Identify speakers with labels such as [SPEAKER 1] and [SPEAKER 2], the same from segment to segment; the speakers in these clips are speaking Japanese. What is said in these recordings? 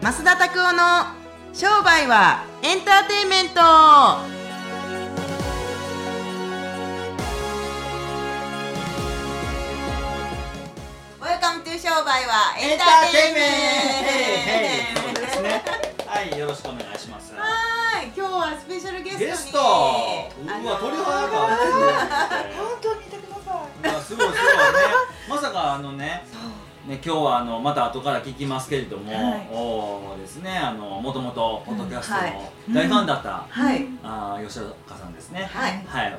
[SPEAKER 1] 増田拓夫の商売はエンターテインメントウェルカムトゥ商売はエンターテインメント
[SPEAKER 2] ですね。はい、よろしくお願いしま す。
[SPEAKER 1] はーい今日はスペシャルゲストに
[SPEAKER 2] ゲスト。うわ、
[SPEAKER 1] あのー
[SPEAKER 2] 鳥肌が立ってるね。
[SPEAKER 3] 本当にいてください。
[SPEAKER 2] うわすごいすごいね。まさかあのね。ね、今日はあのまた後から聞きますけれども、
[SPEAKER 3] はい
[SPEAKER 2] おーですねあのもともとポッドキャスト
[SPEAKER 1] うん
[SPEAKER 2] の大ファンだった、
[SPEAKER 1] はい
[SPEAKER 2] あー吉岡さんですね
[SPEAKER 1] はい
[SPEAKER 2] はい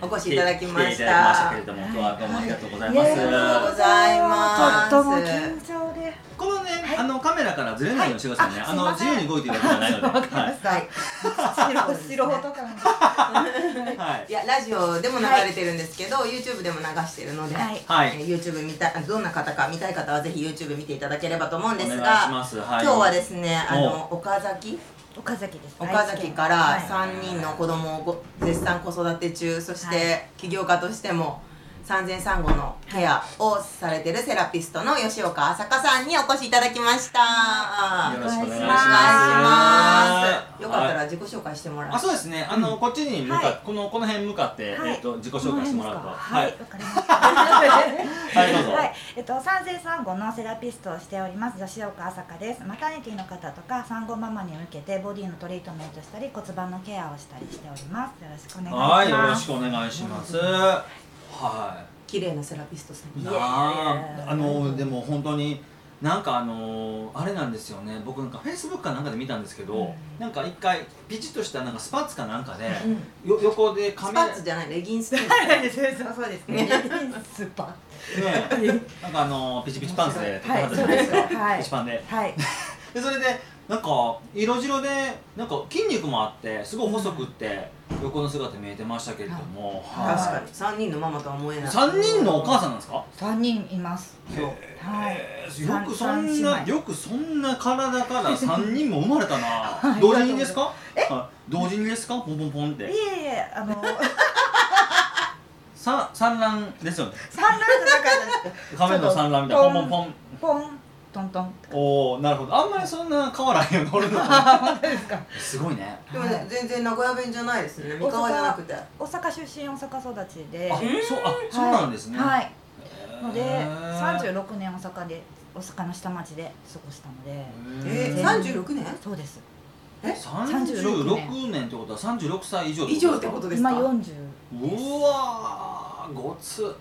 [SPEAKER 1] お越しいただきました
[SPEAKER 2] 来ていただきましたけれども今日はどうもありがとうございます、
[SPEAKER 1] ありがとうございます
[SPEAKER 3] とっても緊張で。
[SPEAKER 2] このね、あのカメラからずれないようにしてくださいね、
[SPEAKER 3] はい
[SPEAKER 2] あ
[SPEAKER 3] あ
[SPEAKER 2] の
[SPEAKER 3] す
[SPEAKER 2] 自
[SPEAKER 3] いませ
[SPEAKER 2] 由に
[SPEAKER 3] ん
[SPEAKER 2] 動いていただくんじゃないので、はい
[SPEAKER 1] は い
[SPEAKER 3] 白白とかも。
[SPEAKER 2] はい
[SPEAKER 1] いやラジオでも流れてるんですけど、YouTube でも流してるので、
[SPEAKER 3] はい
[SPEAKER 2] はい
[SPEAKER 1] えー YouTube 見たどんな方か見たい方はぜひ YouTube 見ていただければと思うんです
[SPEAKER 2] お願いし
[SPEAKER 1] が
[SPEAKER 2] ます。はい、
[SPEAKER 1] 今日はですねあの岡崎
[SPEAKER 3] 岡崎です。
[SPEAKER 1] 岡崎から
[SPEAKER 3] はい
[SPEAKER 1] 3人の子供をご絶賛子育て中そし
[SPEAKER 3] は
[SPEAKER 1] て起業家としても産前産後のケアをされてるセラピストの吉岡朝香さんにお越しいただきました。
[SPEAKER 2] よろしくお願いし
[SPEAKER 1] お
[SPEAKER 3] お
[SPEAKER 1] 願いし
[SPEAKER 2] ま。
[SPEAKER 1] ますす。よかったら
[SPEAKER 2] はい
[SPEAKER 1] 自己紹介してもら
[SPEAKER 2] あ、そうですね。あの、こっちに向かっ、
[SPEAKER 3] はい
[SPEAKER 2] このこの辺向かって、
[SPEAKER 3] はい
[SPEAKER 2] えっと自己紹介してもらうと、
[SPEAKER 3] は。
[SPEAKER 2] はいい
[SPEAKER 3] わ、かりました。はい
[SPEAKER 2] どうぞ
[SPEAKER 3] はい、えっと産前産後のセラピストをしております吉岡朝香です。マタニティの方とか産後ママに向けてボディのトリートメントしたり骨盤のケアをしたりしております。よろしくお願いします。
[SPEAKER 2] はい、よろしくお願いします。は
[SPEAKER 1] 綺麗なセラピストさんに
[SPEAKER 2] い。な
[SPEAKER 3] やいや
[SPEAKER 2] あ、あのでも本当に。なんかあのあれなんですよね僕なんかフェイスブックかなんかで見たんですけど、
[SPEAKER 3] うん
[SPEAKER 2] なんか一回ピチッとしたなんかスパッツかなんかで、
[SPEAKER 1] うん
[SPEAKER 2] よ横で
[SPEAKER 1] ス
[SPEAKER 2] カメ
[SPEAKER 1] パ
[SPEAKER 2] ラ
[SPEAKER 1] ッツじゃないレギンスっていう
[SPEAKER 3] はい、そうそうですね。スーパー。
[SPEAKER 2] ねなんかあのピチピチパンツで
[SPEAKER 3] はい
[SPEAKER 2] 立ってたじゃないですか、
[SPEAKER 3] はい
[SPEAKER 2] ピチパンで
[SPEAKER 3] はい。
[SPEAKER 2] でそれでなんか色白でなんか筋肉もあってすごい細くって横の姿見えてましたけれども、
[SPEAKER 3] はい
[SPEAKER 1] 確かに3人のママとは思えない
[SPEAKER 2] 3人のお母さんなんですか
[SPEAKER 3] 三人います。はい。
[SPEAKER 2] えーよくそ
[SPEAKER 3] 三
[SPEAKER 2] ん
[SPEAKER 3] 三
[SPEAKER 2] な
[SPEAKER 3] 姉妹
[SPEAKER 2] よくそんな体から3人も生まれ たな
[SPEAKER 3] い
[SPEAKER 2] 同時にですかはい同時にですかポンポンポンっ
[SPEAKER 3] い
[SPEAKER 2] て
[SPEAKER 3] えいえ、あの、
[SPEAKER 2] さ産卵ですよね
[SPEAKER 3] 産卵じゃなかったです。
[SPEAKER 2] 亀の産卵みたいなポンポンポン
[SPEAKER 3] ポン、トントン。
[SPEAKER 2] おおなるほどあんまりそんな変わらへんよね俺のと
[SPEAKER 3] 本当ですか。
[SPEAKER 2] すごいね
[SPEAKER 1] でもね、全然名古屋弁じゃないですね三河じゃなくて
[SPEAKER 3] 大阪出身、大阪育ちで。
[SPEAKER 2] あそうあそうなんですね
[SPEAKER 3] はい。ので、
[SPEAKER 2] へー
[SPEAKER 3] 三十六年大阪で、大阪の下町で過ごしたので。
[SPEAKER 1] え
[SPEAKER 3] ー
[SPEAKER 1] 36年
[SPEAKER 3] そうです。
[SPEAKER 2] 三十六年ってことは三十六歳以上
[SPEAKER 1] 以上ってこととです
[SPEAKER 3] 今
[SPEAKER 1] か
[SPEAKER 3] 四十。
[SPEAKER 2] ですかうわーごつ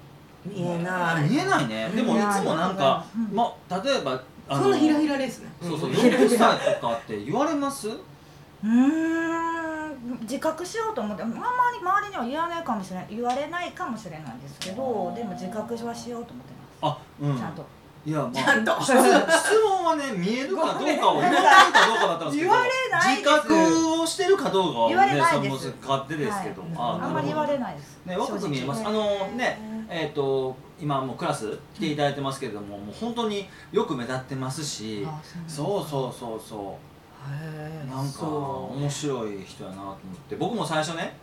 [SPEAKER 1] 見えない
[SPEAKER 2] 見えないねでもいつもなんか
[SPEAKER 3] うん
[SPEAKER 2] まあ例えばあの
[SPEAKER 1] そんなひらひらですね
[SPEAKER 2] そうそう
[SPEAKER 1] うん
[SPEAKER 2] 40歳とかって言われます
[SPEAKER 3] うーん自覚しようと思ってあんまり周りには言わないかもしれない言われないかもしれないですけどでも自覚はしようと思ってま
[SPEAKER 2] あうん
[SPEAKER 3] すちゃんと
[SPEAKER 2] いやまあ
[SPEAKER 1] ちゃんと
[SPEAKER 2] 質質問はね見えるかどうかを言われるかどうかだったんですけど
[SPEAKER 3] 言われないです
[SPEAKER 2] 自覚をしてるかどうかはね
[SPEAKER 3] 言われないです
[SPEAKER 2] その勝手ですけど
[SPEAKER 3] はい
[SPEAKER 2] あ
[SPEAKER 3] あんまり言われ
[SPEAKER 2] い
[SPEAKER 3] ないです
[SPEAKER 2] ね若く見えます
[SPEAKER 3] 正
[SPEAKER 2] あ
[SPEAKER 3] 直
[SPEAKER 2] のねえー、と今もうクラス来ていただいてますけれども、もう本当によく目立ってますし
[SPEAKER 3] あ
[SPEAKER 2] そうそうそうそう
[SPEAKER 1] へー
[SPEAKER 2] なんか
[SPEAKER 1] そ
[SPEAKER 2] 面白い人やなと思って僕も最初ね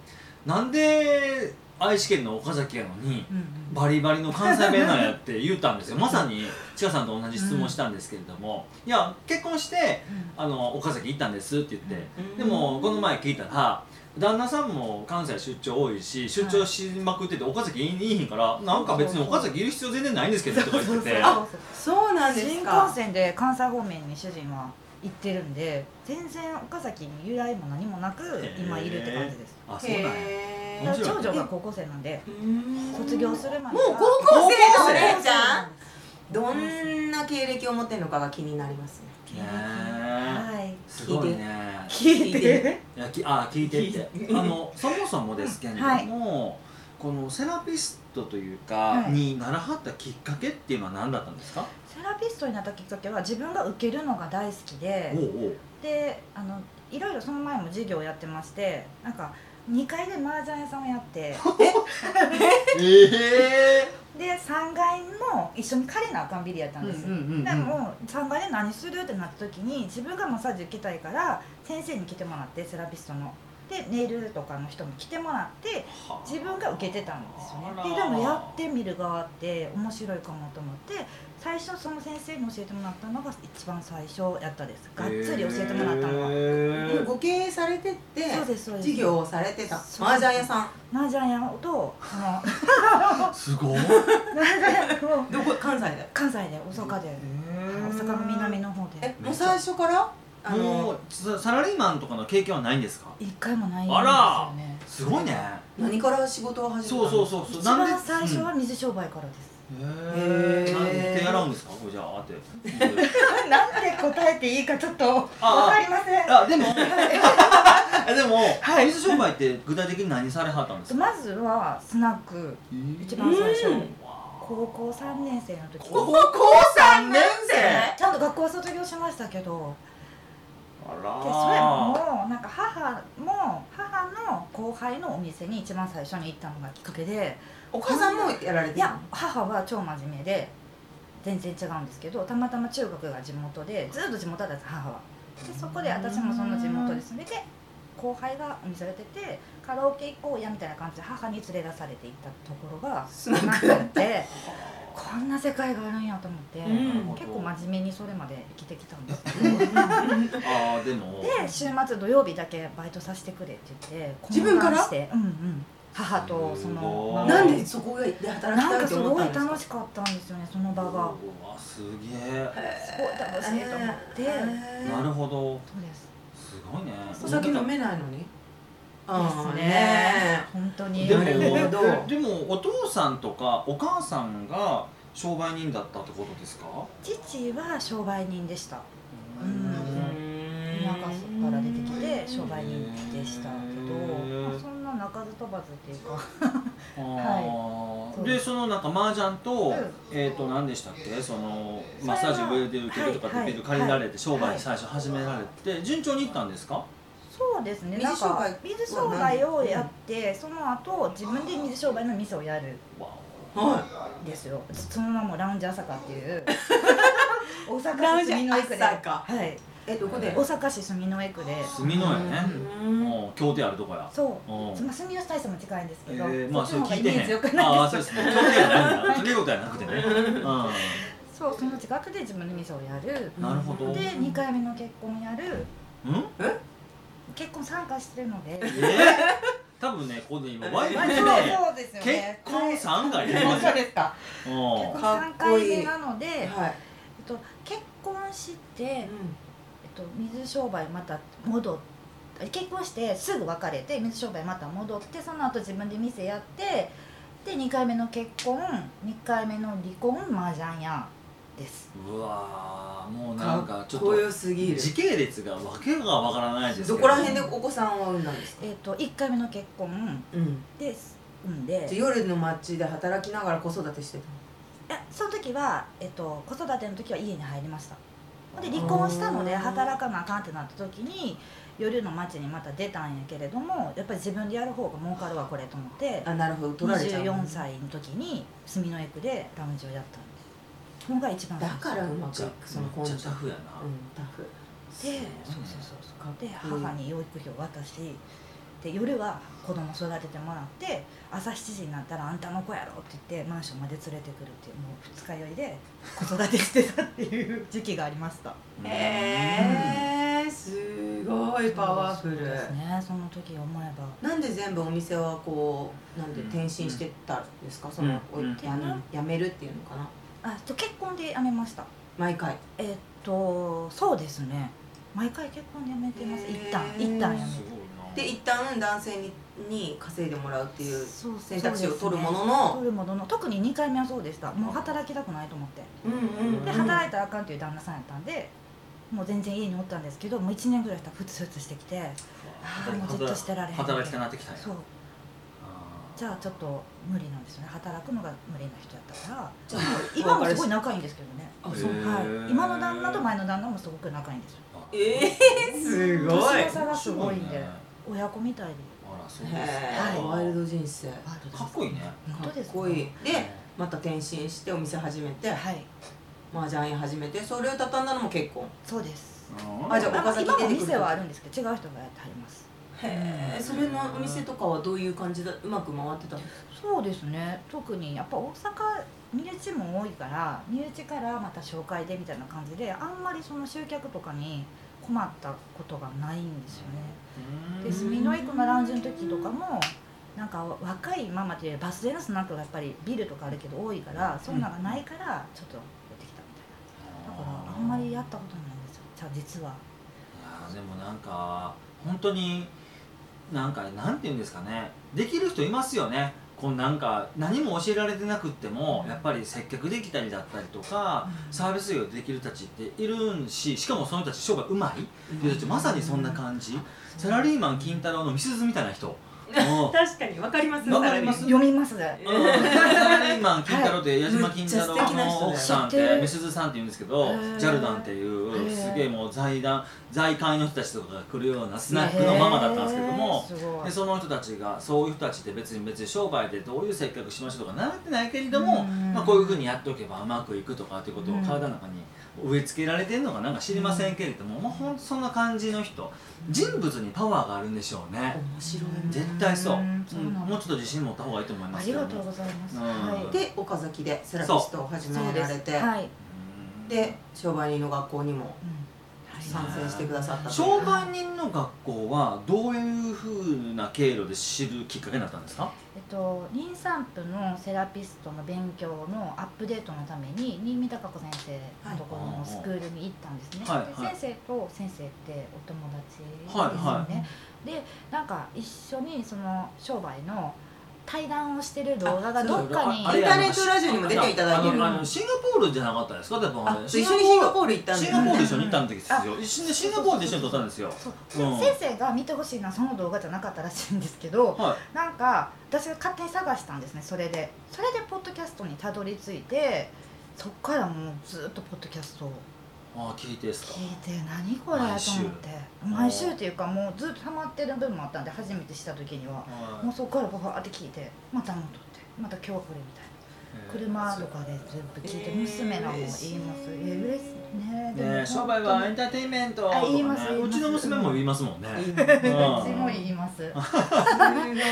[SPEAKER 2] なんで愛知県の岡崎やのに
[SPEAKER 3] う、うん
[SPEAKER 2] バリバリの関西弁なんやって言ったん ですよまさに千佳さんと同じ質問したんですけれども、いや結婚して
[SPEAKER 3] うん
[SPEAKER 2] あの岡崎行ったんですって言って、
[SPEAKER 1] うん
[SPEAKER 2] でもこの前聞いたら旦那さんも関西出張多いし出張しまくってて岡崎いいひんからなんか別に岡崎いる必要全然ない んですけどとか言ってて
[SPEAKER 3] あ
[SPEAKER 1] そうなんです
[SPEAKER 3] 新
[SPEAKER 1] か
[SPEAKER 3] 幹線で関西方面に主人は行ってるんで全然岡崎に由来も何もなく今いるって感じです
[SPEAKER 2] あそうなんや
[SPEAKER 1] へ
[SPEAKER 2] 面
[SPEAKER 3] だ
[SPEAKER 1] ー
[SPEAKER 3] か
[SPEAKER 2] 白
[SPEAKER 3] ら
[SPEAKER 2] い
[SPEAKER 3] 長女が高校生なんで
[SPEAKER 1] うん
[SPEAKER 3] 卒業するまで
[SPEAKER 1] もう
[SPEAKER 3] は
[SPEAKER 1] 高校生のお姉ちゃん
[SPEAKER 3] 高
[SPEAKER 1] ど
[SPEAKER 3] 校生
[SPEAKER 1] んな経歴を持ってるのかが気になりますね
[SPEAKER 2] ね
[SPEAKER 3] はい
[SPEAKER 2] すごいね
[SPEAKER 3] 聞い
[SPEAKER 1] 聞いて
[SPEAKER 3] て
[SPEAKER 2] いやきあ聞いてってあのそもそもですけれども、
[SPEAKER 3] はい
[SPEAKER 2] このセラピストというか、
[SPEAKER 3] はい
[SPEAKER 2] にならはったきっかけっていうのは何だったんですか、
[SPEAKER 3] セラピストになったきっかけは自分が受けるのが大好きで
[SPEAKER 2] おうおう
[SPEAKER 3] であのいろいろその前も授業をやってましてなんか2階で麻雀屋さんを やって
[SPEAKER 2] え
[SPEAKER 3] で3階も一緒に借りなあかんビリやった
[SPEAKER 2] うんんう
[SPEAKER 3] で
[SPEAKER 2] ん
[SPEAKER 3] す、
[SPEAKER 2] うんうん
[SPEAKER 3] でも3階で何するってなった時に自分がマッサージ受けたいから先生に来てもらってセラピストのでネイルとかの人も来てもらって
[SPEAKER 2] はあ
[SPEAKER 3] 自分が受けてたんですよ
[SPEAKER 2] あら
[SPEAKER 3] ねででもやってみる側って面白いかもと思って最最初その先生に教えてもらったのが一番最初やったですがっつり教えてもらったのは、
[SPEAKER 1] もうご経営されてて
[SPEAKER 3] そうですそうです
[SPEAKER 1] 事業をされてた
[SPEAKER 3] そう
[SPEAKER 1] 麻雀屋さん
[SPEAKER 3] マージャン屋とそのマ
[SPEAKER 2] す ごい
[SPEAKER 3] ージャン屋 を
[SPEAKER 1] どこ関西で
[SPEAKER 3] 関西で大阪で、大阪の南の方で
[SPEAKER 1] えもう最初からあ
[SPEAKER 2] も
[SPEAKER 1] の
[SPEAKER 2] うササラリーマンとかの経験はないんですか
[SPEAKER 3] 一回もないんです
[SPEAKER 2] あら
[SPEAKER 3] よね
[SPEAKER 2] すごいね
[SPEAKER 1] 何から仕事を始めた
[SPEAKER 2] そ
[SPEAKER 1] の
[SPEAKER 2] うそうそうそう
[SPEAKER 3] 一
[SPEAKER 2] なんで
[SPEAKER 3] 番最初は水商売からです、
[SPEAKER 2] うんへ
[SPEAKER 1] へー
[SPEAKER 2] ーなんで手洗うんですかこれじゃああ って
[SPEAKER 3] なんて答えていいかちょっとわ
[SPEAKER 2] あ
[SPEAKER 3] かりません
[SPEAKER 2] あ でもでも、水商売って具体的に何されはったんですか、
[SPEAKER 3] まずはスナック一番最初高校3年生の時
[SPEAKER 2] 高校
[SPEAKER 1] 3年
[SPEAKER 3] ちゃんと学校は卒業しましたけど
[SPEAKER 2] あ
[SPEAKER 3] でそれ
[SPEAKER 2] ら
[SPEAKER 3] もなんか母も母の後輩のお店に一番最初に行ったのがきっかけで
[SPEAKER 1] お母さんもやられて
[SPEAKER 3] い
[SPEAKER 1] た
[SPEAKER 3] や
[SPEAKER 1] の
[SPEAKER 3] 母は超真面目で全然違うんですけどたまたま中学が地元でずっと地元だったんです母はでそこで私もその地元で住んでて後輩がお店をやっててカラオケ行こうやみたいな感じで母に連れ出されて行ったところが
[SPEAKER 1] スナッ
[SPEAKER 3] な
[SPEAKER 1] ク
[SPEAKER 3] くなってこんな世界があるんやと思って、
[SPEAKER 1] うん
[SPEAKER 3] 結構真面目にそれまで生きてきたんですけど
[SPEAKER 2] あーでも
[SPEAKER 3] で週末土曜日だけバイトさせてくれって言って
[SPEAKER 1] 自分から
[SPEAKER 3] 懇願して、うんうん、母とそのママ
[SPEAKER 1] なんでそこで働き
[SPEAKER 3] なん
[SPEAKER 1] たい
[SPEAKER 3] か
[SPEAKER 1] と
[SPEAKER 3] す
[SPEAKER 1] 思っ
[SPEAKER 3] ご
[SPEAKER 1] た
[SPEAKER 3] い
[SPEAKER 1] んですか
[SPEAKER 3] 楽しかったんですよねその場が
[SPEAKER 2] うわすげえ
[SPEAKER 3] すごい楽しいと思って、
[SPEAKER 1] えー
[SPEAKER 2] なるほど
[SPEAKER 3] そうです
[SPEAKER 2] すごいね
[SPEAKER 1] お酒飲めないのにあ
[SPEAKER 3] で
[SPEAKER 1] ー
[SPEAKER 3] す
[SPEAKER 1] ね
[SPEAKER 3] 本当に
[SPEAKER 2] でも
[SPEAKER 1] なるほど
[SPEAKER 2] えでもお父さんとかお母さんが商売人だったってことですか
[SPEAKER 3] 父は商売人でしたう
[SPEAKER 1] うん
[SPEAKER 3] 田舎から出てきて商売人でしたけ
[SPEAKER 2] へ
[SPEAKER 3] ど、
[SPEAKER 2] ー
[SPEAKER 3] まあ、そんな鳴かず飛ばずっていうか
[SPEAKER 2] あ
[SPEAKER 3] はいそ
[SPEAKER 2] ー
[SPEAKER 3] う
[SPEAKER 2] でそのなんか麻雀と、
[SPEAKER 3] うん
[SPEAKER 2] えっ、と何でしたっけその
[SPEAKER 3] それ
[SPEAKER 2] マ
[SPEAKER 3] は
[SPEAKER 2] ッサージを上で受けるとかって
[SPEAKER 3] はい
[SPEAKER 2] ビル借りられ
[SPEAKER 3] は
[SPEAKER 2] て
[SPEAKER 3] い
[SPEAKER 2] 商売最初始められて順調にいったんですか？
[SPEAKER 3] そうですね
[SPEAKER 1] 水
[SPEAKER 3] なん
[SPEAKER 1] 商
[SPEAKER 3] か
[SPEAKER 1] 売
[SPEAKER 3] 水商売をやってその後自分で水商売の店をやる
[SPEAKER 2] わ
[SPEAKER 1] は
[SPEAKER 3] んですよそのままラウンジ朝霞っていう 大
[SPEAKER 1] ラウ
[SPEAKER 3] 阪
[SPEAKER 1] ン
[SPEAKER 3] 市
[SPEAKER 1] ジ
[SPEAKER 3] 住之江区で、
[SPEAKER 1] 朝霞
[SPEAKER 3] はい、
[SPEAKER 1] いえどこで
[SPEAKER 3] 大阪市住之江区で
[SPEAKER 2] お住のやね。
[SPEAKER 1] うん
[SPEAKER 2] もう協定あるとこや。
[SPEAKER 3] そう、
[SPEAKER 2] うん
[SPEAKER 3] まあ、住吉大社も近いんです
[SPEAKER 2] え
[SPEAKER 3] けど、
[SPEAKER 2] ー、まあそ
[SPEAKER 3] そ
[SPEAKER 2] れ
[SPEAKER 3] っちの方
[SPEAKER 2] 聞
[SPEAKER 3] がイ
[SPEAKER 2] いて
[SPEAKER 3] メー
[SPEAKER 2] へ
[SPEAKER 3] ジ良く
[SPEAKER 2] ん。
[SPEAKER 3] ない
[SPEAKER 2] あ
[SPEAKER 3] で
[SPEAKER 2] あそう
[SPEAKER 3] すか
[SPEAKER 2] ですね。協定やないんだ。そういうことやなくて ね。うん。
[SPEAKER 3] そうその近くで自分の店をやる
[SPEAKER 2] なるほど。う
[SPEAKER 3] で
[SPEAKER 2] ん？
[SPEAKER 3] 2回目の結婚やる
[SPEAKER 1] え
[SPEAKER 3] 結婚参加してるの
[SPEAKER 2] え
[SPEAKER 3] で
[SPEAKER 2] ー、多分ねここで今ワイ
[SPEAKER 3] ま
[SPEAKER 2] ワ
[SPEAKER 3] あ
[SPEAKER 2] イ
[SPEAKER 3] そう
[SPEAKER 2] ね
[SPEAKER 3] そうですよ
[SPEAKER 2] 結
[SPEAKER 3] ね
[SPEAKER 2] 婚三回ね。
[SPEAKER 3] はいそうですか
[SPEAKER 2] うん
[SPEAKER 3] 結婚
[SPEAKER 1] か
[SPEAKER 3] 3
[SPEAKER 1] っこ
[SPEAKER 3] 回
[SPEAKER 1] いい
[SPEAKER 3] 目なので、えっ
[SPEAKER 1] はい
[SPEAKER 3] と、結婚して、えっ
[SPEAKER 1] うん
[SPEAKER 3] と、水商売また戻って結婚してすぐ別れて水商売また戻ってその後自分で店やってで2回目の結婚2回目の離婚麻雀屋です
[SPEAKER 2] うわーもうなん
[SPEAKER 1] か
[SPEAKER 2] かちょ
[SPEAKER 1] っ
[SPEAKER 2] っと
[SPEAKER 1] こ。よすぎる
[SPEAKER 2] 時系列がわけがわからないですけ
[SPEAKER 1] どこら辺でお子さんを産んだんですか
[SPEAKER 3] えっと1回目の結婚
[SPEAKER 1] うん
[SPEAKER 3] です産んで
[SPEAKER 1] じゃあ夜の街で働きながら子育てしてた
[SPEAKER 3] いやその時は、えっと、子育ての時は家に入りましたで離婚したので
[SPEAKER 1] あー
[SPEAKER 3] 働かなあかんってなった時に夜の街にまた出たんやけれどもやっぱり自分でやる方が儲かるわこれと思って
[SPEAKER 1] あなるほど取られちゃう
[SPEAKER 3] 24歳の時に住之江区でラウンジをやったんですそれが一番
[SPEAKER 1] だ
[SPEAKER 3] 最初
[SPEAKER 1] からう
[SPEAKER 2] め
[SPEAKER 1] ま
[SPEAKER 2] っ
[SPEAKER 1] くい
[SPEAKER 2] ちゃ
[SPEAKER 1] くその根性
[SPEAKER 2] タフやな、
[SPEAKER 1] うんタフ
[SPEAKER 3] でそうそうそうそうで母に養育費を渡しで夜は子供育ててもらって朝7時になったら「あんたの子やろ」って言ってマンションまで連れてくるっていうもう二日酔いで子育てしてたっていう時期がありました
[SPEAKER 1] へえすごい パワフル
[SPEAKER 3] そうですねその時思えば
[SPEAKER 1] なんで全部お店はこうなんで転身してったんですかそのお
[SPEAKER 2] うん
[SPEAKER 1] や
[SPEAKER 2] うん
[SPEAKER 1] やめるっていうのかな
[SPEAKER 3] あと結婚で辞めました
[SPEAKER 1] 毎回
[SPEAKER 3] えっとそうですね毎回結婚で辞めてます
[SPEAKER 1] へ
[SPEAKER 3] 一
[SPEAKER 1] ー
[SPEAKER 3] 旦一旦辞め
[SPEAKER 2] す
[SPEAKER 3] て
[SPEAKER 2] ごいな
[SPEAKER 1] で一旦男性にに稼いでもらうっていう
[SPEAKER 3] そうそう
[SPEAKER 1] 選択肢を取るもの
[SPEAKER 3] そうですね
[SPEAKER 1] の
[SPEAKER 3] 取るものの特に2回目はそうでしたもう働きたくないと思って
[SPEAKER 1] うんうん
[SPEAKER 3] で働いたらあかんという旦那さんやったんでもう全然家におったんですけどもう1年ぐらいしたらふつふつしてきてあーもうずっとしてられへん
[SPEAKER 2] 働きたなってきたんや
[SPEAKER 3] そう
[SPEAKER 2] あー
[SPEAKER 3] じゃあちょっと無理なんですよね働くのが無理な人やったから
[SPEAKER 1] じゃあ
[SPEAKER 3] 今もすごい
[SPEAKER 1] な
[SPEAKER 3] 仲いいんですけどね
[SPEAKER 1] あそう
[SPEAKER 2] へー
[SPEAKER 3] はい今の旦那と前の旦那もすごく仲いいんですよ
[SPEAKER 2] あ
[SPEAKER 1] えー、すごい
[SPEAKER 3] 年の差がすごいんで
[SPEAKER 2] ね
[SPEAKER 3] 親子みたいで
[SPEAKER 2] あらそうです
[SPEAKER 1] へー
[SPEAKER 2] か
[SPEAKER 1] ワイルド人生
[SPEAKER 3] ワールドです
[SPEAKER 2] かっこいいね
[SPEAKER 3] 本当です
[SPEAKER 1] かっこいいで
[SPEAKER 2] ね
[SPEAKER 1] また転身してお店始めて
[SPEAKER 3] はい
[SPEAKER 1] 麻雀屋始めてそれを畳んだのも結婚
[SPEAKER 3] そうです
[SPEAKER 2] うん
[SPEAKER 1] あじゃあ
[SPEAKER 3] まあ
[SPEAKER 1] 岡崎
[SPEAKER 3] 今も
[SPEAKER 1] 出てくる
[SPEAKER 3] 店はあるんですけど違う人がやってはります
[SPEAKER 1] へえそれのお店とかはどういう感じだうまく回ってたの
[SPEAKER 3] そうですね特にやっぱ大阪身内も多いから身内からまた紹介でみたいな感じであんまりその集客とかに困ったことがないんですよね。で住の駅のラウンジの時とかもなんか若いママってバス停のスナックがやっぱりビルとかあるけど多いからそんなのがないからちょっと寄ってきたみたいなだからあんまりやったことないんですよじゃあ実は。
[SPEAKER 2] いやでもなんか本当になんかなんて言うんですかねできる人いますよねこうなんか何も教えられてなくってもやっぱり接客できたりだったりとかサービス業できる人たちっているんししかもその人たち商売うまいっていう人たちまさにそんな感じサラリーマン金太郎のみすずみたいな人 うん
[SPEAKER 4] 確かにわかります
[SPEAKER 2] わかります
[SPEAKER 3] 読みます
[SPEAKER 2] うんサラリーマン金太郎って矢島金太郎の奥さんっ
[SPEAKER 3] めっちゃ素敵な人だ
[SPEAKER 2] て
[SPEAKER 3] よ
[SPEAKER 2] 美鈴さんって言うんですけど
[SPEAKER 3] へー
[SPEAKER 2] JAL 団っていうすげえもう財団財界の人たちとかが来るようなスナックのママだったんですけども
[SPEAKER 3] へーすごい
[SPEAKER 2] でその人たちがそういう人たちって別に別に商売でどういう接客しましょうとか習ってないけれども、
[SPEAKER 3] うん
[SPEAKER 2] まあ、こういうふうにやっておけばうまくいくとかっていうことを
[SPEAKER 3] うん
[SPEAKER 2] 体の中に植え付けられてるのかなんか知りませんけれども、まあ、ほんとそんな感じの人人物にパワーがあるんでしょうね、
[SPEAKER 1] 面白い
[SPEAKER 2] 絶対そう、
[SPEAKER 3] うんそう
[SPEAKER 2] うん
[SPEAKER 3] なんだ
[SPEAKER 2] もうちょっと自信持った方がいいと思いま
[SPEAKER 3] あ
[SPEAKER 2] す
[SPEAKER 3] り
[SPEAKER 2] けど
[SPEAKER 3] が
[SPEAKER 2] ね
[SPEAKER 3] とうございます。
[SPEAKER 2] うん
[SPEAKER 3] はい。
[SPEAKER 1] で岡崎でセラピストを始められて
[SPEAKER 3] はい。
[SPEAKER 2] うん
[SPEAKER 1] で商売人の学校にも
[SPEAKER 3] うん
[SPEAKER 1] 参戦してくださったと
[SPEAKER 2] 商売人の学校はどういうふうな経路で知るきっかけになったんですか
[SPEAKER 3] えっと、妊産婦のセラピストの勉強のアップデートのために新見孝子先生のところのスクールに行ったんですね、
[SPEAKER 2] はい
[SPEAKER 3] で
[SPEAKER 2] はいはい
[SPEAKER 3] 先生と先生ってお友達ですよ
[SPEAKER 2] はい
[SPEAKER 3] ね、
[SPEAKER 2] は
[SPEAKER 3] でなんか一緒にその商売の対談をしてる動画がどっかに
[SPEAKER 2] あ
[SPEAKER 1] インターネットラジオにも出ていただいてる
[SPEAKER 2] あのあのシンガポールじゃなかったですか多分
[SPEAKER 1] あ一
[SPEAKER 2] シンガ
[SPEAKER 1] 緒
[SPEAKER 2] ポ
[SPEAKER 1] にシンガポール行っ
[SPEAKER 2] ール
[SPEAKER 1] たん
[SPEAKER 2] シ
[SPEAKER 1] で
[SPEAKER 2] ン
[SPEAKER 1] す
[SPEAKER 2] ガ
[SPEAKER 1] よ
[SPEAKER 2] ポー
[SPEAKER 1] ね
[SPEAKER 2] ル一緒に行ったんですよ一緒にシンガポールで一緒に撮ったんですよ
[SPEAKER 3] そう
[SPEAKER 2] うん
[SPEAKER 3] 先生が見てほしいのはその動画じゃなかったらしいんですけど、
[SPEAKER 2] は
[SPEAKER 3] なんか私が勝手に探したんですねそれでそれでポッドキャストにたどり着いてそっからもうずっとポッドキャストを
[SPEAKER 2] あ聞いてですか
[SPEAKER 3] 聞いて何これと思って毎
[SPEAKER 2] 毎
[SPEAKER 3] 週
[SPEAKER 2] 週
[SPEAKER 3] っていうかもうずっとハマってる部分もあったんで初めてした時には
[SPEAKER 2] はい
[SPEAKER 3] もうそこからバーって聞いてまた戻ってまた今日はこれみたいな車とかで全部聞いて
[SPEAKER 1] えー
[SPEAKER 3] 娘らも言い
[SPEAKER 1] 嬉
[SPEAKER 3] ます
[SPEAKER 1] し
[SPEAKER 3] え
[SPEAKER 1] い
[SPEAKER 3] ー嬉しいねでも
[SPEAKER 2] ねえ商売はエンターテインメントとか
[SPEAKER 3] あ言い
[SPEAKER 2] ね
[SPEAKER 3] ます言いうます
[SPEAKER 2] ちの娘も言いますもんね
[SPEAKER 1] いい
[SPEAKER 3] すごい言います
[SPEAKER 1] そ
[SPEAKER 3] そうしたま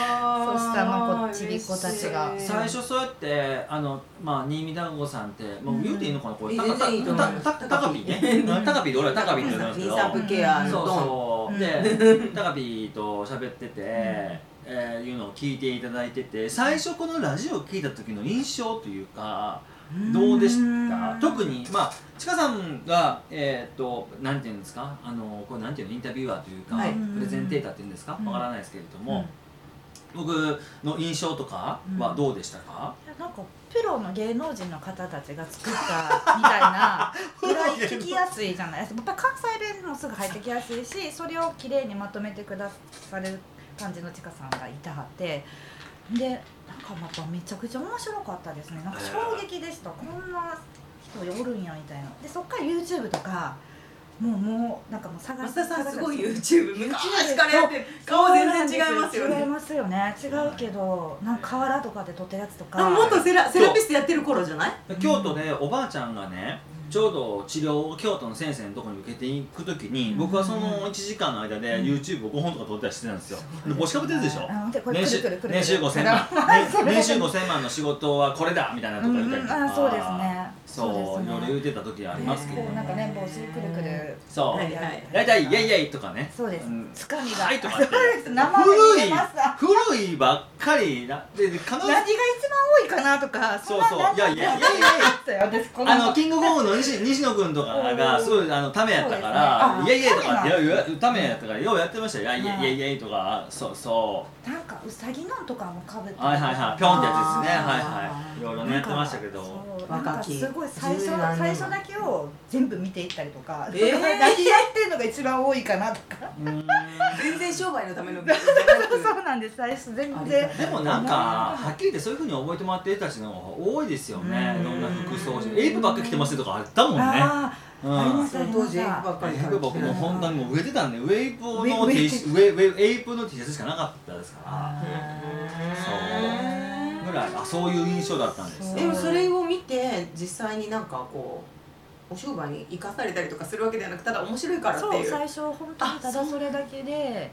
[SPEAKER 3] あこうちびっ子たちが
[SPEAKER 2] 最初そうやってあのまあ新見団子さんってもう言うていいのかなこれ、
[SPEAKER 1] うん
[SPEAKER 2] たた
[SPEAKER 1] 全然いいと思う
[SPEAKER 2] たたた高ピー
[SPEAKER 3] う
[SPEAKER 2] ね
[SPEAKER 3] ん
[SPEAKER 2] 高ピーで俺は高ピーって呼んでますけ
[SPEAKER 1] 妊
[SPEAKER 2] ど
[SPEAKER 1] 産婦ケアの
[SPEAKER 2] そう
[SPEAKER 1] ドン
[SPEAKER 2] そううんで高ピーと喋ってて、えーいうのを聞いていただいてて最初このラジオを聞いた時の印象というかどうでした特にまあちかさんがえーっとなんていうんですかあのこれなんていうのインタビュアーというか、
[SPEAKER 1] はい
[SPEAKER 2] プレゼンテーターっていうんですか
[SPEAKER 3] うん
[SPEAKER 2] わからないですけれども、僕の印象とかはどうでしたか、
[SPEAKER 3] いやなんかプロの芸能人の方たちが作ったみた いなぐらい聞きやすいじゃないですかやっぱ関西弁もすぐ入ってきやすいしそれを綺麗にまとめてくださる感じのちかさんがいたはってでなんかまためちゃくちゃ面白かったですねなんか衝撃でしたこんな人おるんやみたいなでそっから YouTube とかもうもうなんかもう探
[SPEAKER 1] 松
[SPEAKER 3] して
[SPEAKER 1] 田さんすごい
[SPEAKER 3] 探して
[SPEAKER 1] YouTube 昔からやってる顔全然違いますよ
[SPEAKER 3] 違い
[SPEAKER 1] ね
[SPEAKER 3] ますよね違うけどなんか河原とかで撮ったやつとか
[SPEAKER 1] あ元セラセラピストやってる頃じゃない
[SPEAKER 2] 京都でおばあちゃんがねちょうど治療を京都の先生のところに受けていくときに、
[SPEAKER 3] うん
[SPEAKER 2] 僕はその1時間の間で
[SPEAKER 3] うん
[SPEAKER 2] YouTube を5本とか撮ったりしてたんですよ、
[SPEAKER 3] うん
[SPEAKER 2] 帽子かぶってるでしょ、
[SPEAKER 3] あでこれ
[SPEAKER 2] 年収
[SPEAKER 3] くるくるくる
[SPEAKER 2] 年収5000万
[SPEAKER 3] それ
[SPEAKER 2] 年収5000万の仕事はこれだみたいなと
[SPEAKER 3] う
[SPEAKER 2] こ
[SPEAKER 3] ん
[SPEAKER 2] 言ったり
[SPEAKER 3] うん
[SPEAKER 2] とか、
[SPEAKER 3] あそうですね
[SPEAKER 2] そう
[SPEAKER 3] です
[SPEAKER 2] いろいろ言
[SPEAKER 3] ね
[SPEAKER 2] うてた時ありますけど、
[SPEAKER 3] こうなんかね帽子くるくる
[SPEAKER 2] そう、
[SPEAKER 1] はい
[SPEAKER 2] 大体イエイイエイとかね
[SPEAKER 3] そうです
[SPEAKER 2] ん
[SPEAKER 3] つかみが
[SPEAKER 2] はいとかって
[SPEAKER 3] そうです生で
[SPEAKER 2] 古
[SPEAKER 3] 見
[SPEAKER 2] い
[SPEAKER 3] れます
[SPEAKER 2] 古いばっかりなでで必ず
[SPEAKER 3] 何が一番多いかなとか
[SPEAKER 2] そうそういやいやいやいやいや
[SPEAKER 3] いや私この
[SPEAKER 2] あのキングコングの西西野君とかがすごいあのためやったから「
[SPEAKER 3] そう
[SPEAKER 2] イエ
[SPEAKER 3] ですねあ
[SPEAKER 2] イイエイ」とかって
[SPEAKER 3] た
[SPEAKER 2] よう
[SPEAKER 3] め
[SPEAKER 2] ためやったからようやってましたよ「いや
[SPEAKER 3] はい
[SPEAKER 2] イエイイエイ」とかそうそう
[SPEAKER 3] なんかうさぎのんとかもかぶって
[SPEAKER 2] はいはいはいピョンってやつですね
[SPEAKER 1] あー
[SPEAKER 2] はいはいいろいろねやってましたけど
[SPEAKER 3] そう
[SPEAKER 1] 若き
[SPEAKER 3] なんかすごい最初
[SPEAKER 1] 十何年
[SPEAKER 3] 最初だけを全部見ていったりとか、
[SPEAKER 1] えー
[SPEAKER 3] 何やってんのが一番多いかなと か
[SPEAKER 2] うーん
[SPEAKER 1] 全然商売のため の勉強じゃなく
[SPEAKER 3] そうなんです最初全
[SPEAKER 1] ありが
[SPEAKER 3] 然
[SPEAKER 1] とう
[SPEAKER 2] でもなんかはっきり言ってそういうふうに覚えてもらってる人たちの方が多いですよね
[SPEAKER 3] うん
[SPEAKER 2] いろんな服装してエイプばっか着てますよとかあったもんね
[SPEAKER 3] あ
[SPEAKER 2] う
[SPEAKER 3] ありま
[SPEAKER 2] ん
[SPEAKER 3] す
[SPEAKER 1] その当時エイプばっかり
[SPEAKER 2] エイプ僕もう本当にもう植えてたんでウェイプの
[SPEAKER 3] ウェ
[SPEAKER 2] T シウェイウェイエイプの T シャツしかなかったですから
[SPEAKER 3] あ
[SPEAKER 2] ぐらいあそういう印象だったんです
[SPEAKER 1] でもそれを見て実際になんかこうお商売に生かされたりとかするわけではなくただ面白いからって
[SPEAKER 3] そう
[SPEAKER 1] いう
[SPEAKER 3] 最初本当にただそれだけで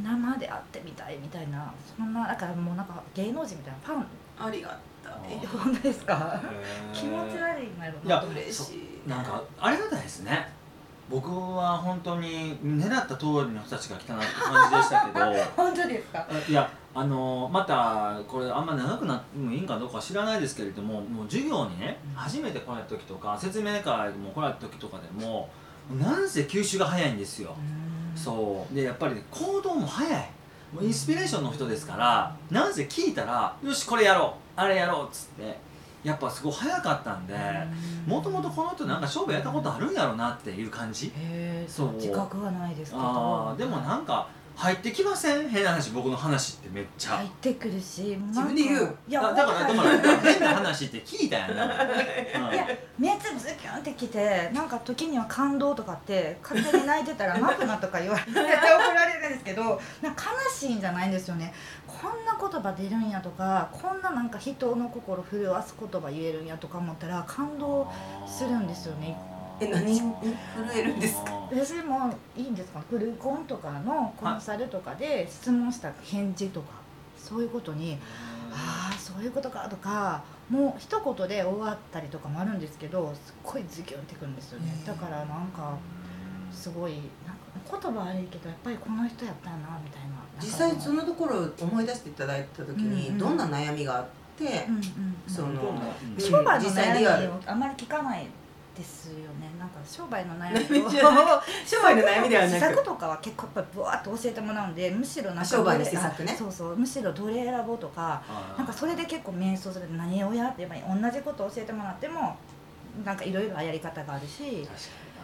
[SPEAKER 3] 生で会ってみたいみたいなそんなだからもうなんか芸能人みたいなファン
[SPEAKER 1] ありがたえ
[SPEAKER 3] 本当ですか
[SPEAKER 2] へー
[SPEAKER 3] 気持ち悪い今の
[SPEAKER 2] いや
[SPEAKER 1] 嬉 しい
[SPEAKER 2] なんかありがたいですね僕は本当に狙った通りの人たちが来たなって感じでしたけど
[SPEAKER 3] 本当ですか
[SPEAKER 2] あいやあのまたこれあんま長くなってもいいんかどうかは知らないですけれどももう授業にね
[SPEAKER 1] うん
[SPEAKER 2] 初めて来られた時とか説明会も来られた時とかでもなんせ吸収が早いんですよそうでやっぱりね行動も早いもうインスピレーションの人ですからなんせ聞いたらよしこれやろうあれやろうっつってやっぱすごい早かったんでもともとこの人なんか勝負やったことあるんやろうなっていう感じ
[SPEAKER 3] へえ
[SPEAKER 2] そう
[SPEAKER 3] 自覚はないですけど
[SPEAKER 2] あーでもなんか入ってきません変な話僕の話ってめっちゃ、
[SPEAKER 3] 入ってくるし
[SPEAKER 1] 自分で言う
[SPEAKER 3] なんかいや
[SPEAKER 2] だだからだから変な話って聞いたやんな、うん
[SPEAKER 3] いや目つぶきゅんってきてなんか時には感動とかって勝手に泣いてたら「泣くな」とか言われて絶対怒られるんですけどなんか悲しいんじゃないんですよねこんな言葉出るんやとかこんななんか人の心震わす言葉言えるんやとか思ったら感動するんですよね
[SPEAKER 1] え何に震えるんですか
[SPEAKER 3] 私もいいんですかフルコンとかのコンサルとかで質問した返事とかそういうことにああそういうことかとかもう一言で終わったりとかもあるんですけどすっごいズキュンってくるんですよね
[SPEAKER 1] へー
[SPEAKER 3] だからなんかすごいなんか言葉悪いけどやっぱりこの人やったなみたいななんか
[SPEAKER 1] 実際そのところを思い出していただいた時に、
[SPEAKER 3] うんうん
[SPEAKER 1] どんな悩みがあって
[SPEAKER 3] うんうんうん
[SPEAKER 1] その
[SPEAKER 2] うん
[SPEAKER 3] 商売の
[SPEAKER 1] 実際リア
[SPEAKER 3] 悩み
[SPEAKER 1] ル
[SPEAKER 3] をあまり聞かないですよねなんか商売の悩み
[SPEAKER 1] 悩
[SPEAKER 3] を
[SPEAKER 1] みじゃ ない 商売の悩みでは
[SPEAKER 3] 試
[SPEAKER 1] なく
[SPEAKER 3] 作とかは結構やっぱりブワーッと教えてもらうんでむしろなんか
[SPEAKER 1] 商売の施策ね
[SPEAKER 3] あそうそうむしろどれ選ぼうとかなんかそれで結構瞑想する何をやってばいい同じことを教えてもらってもなんかいろいろやり方があるし
[SPEAKER 2] 確か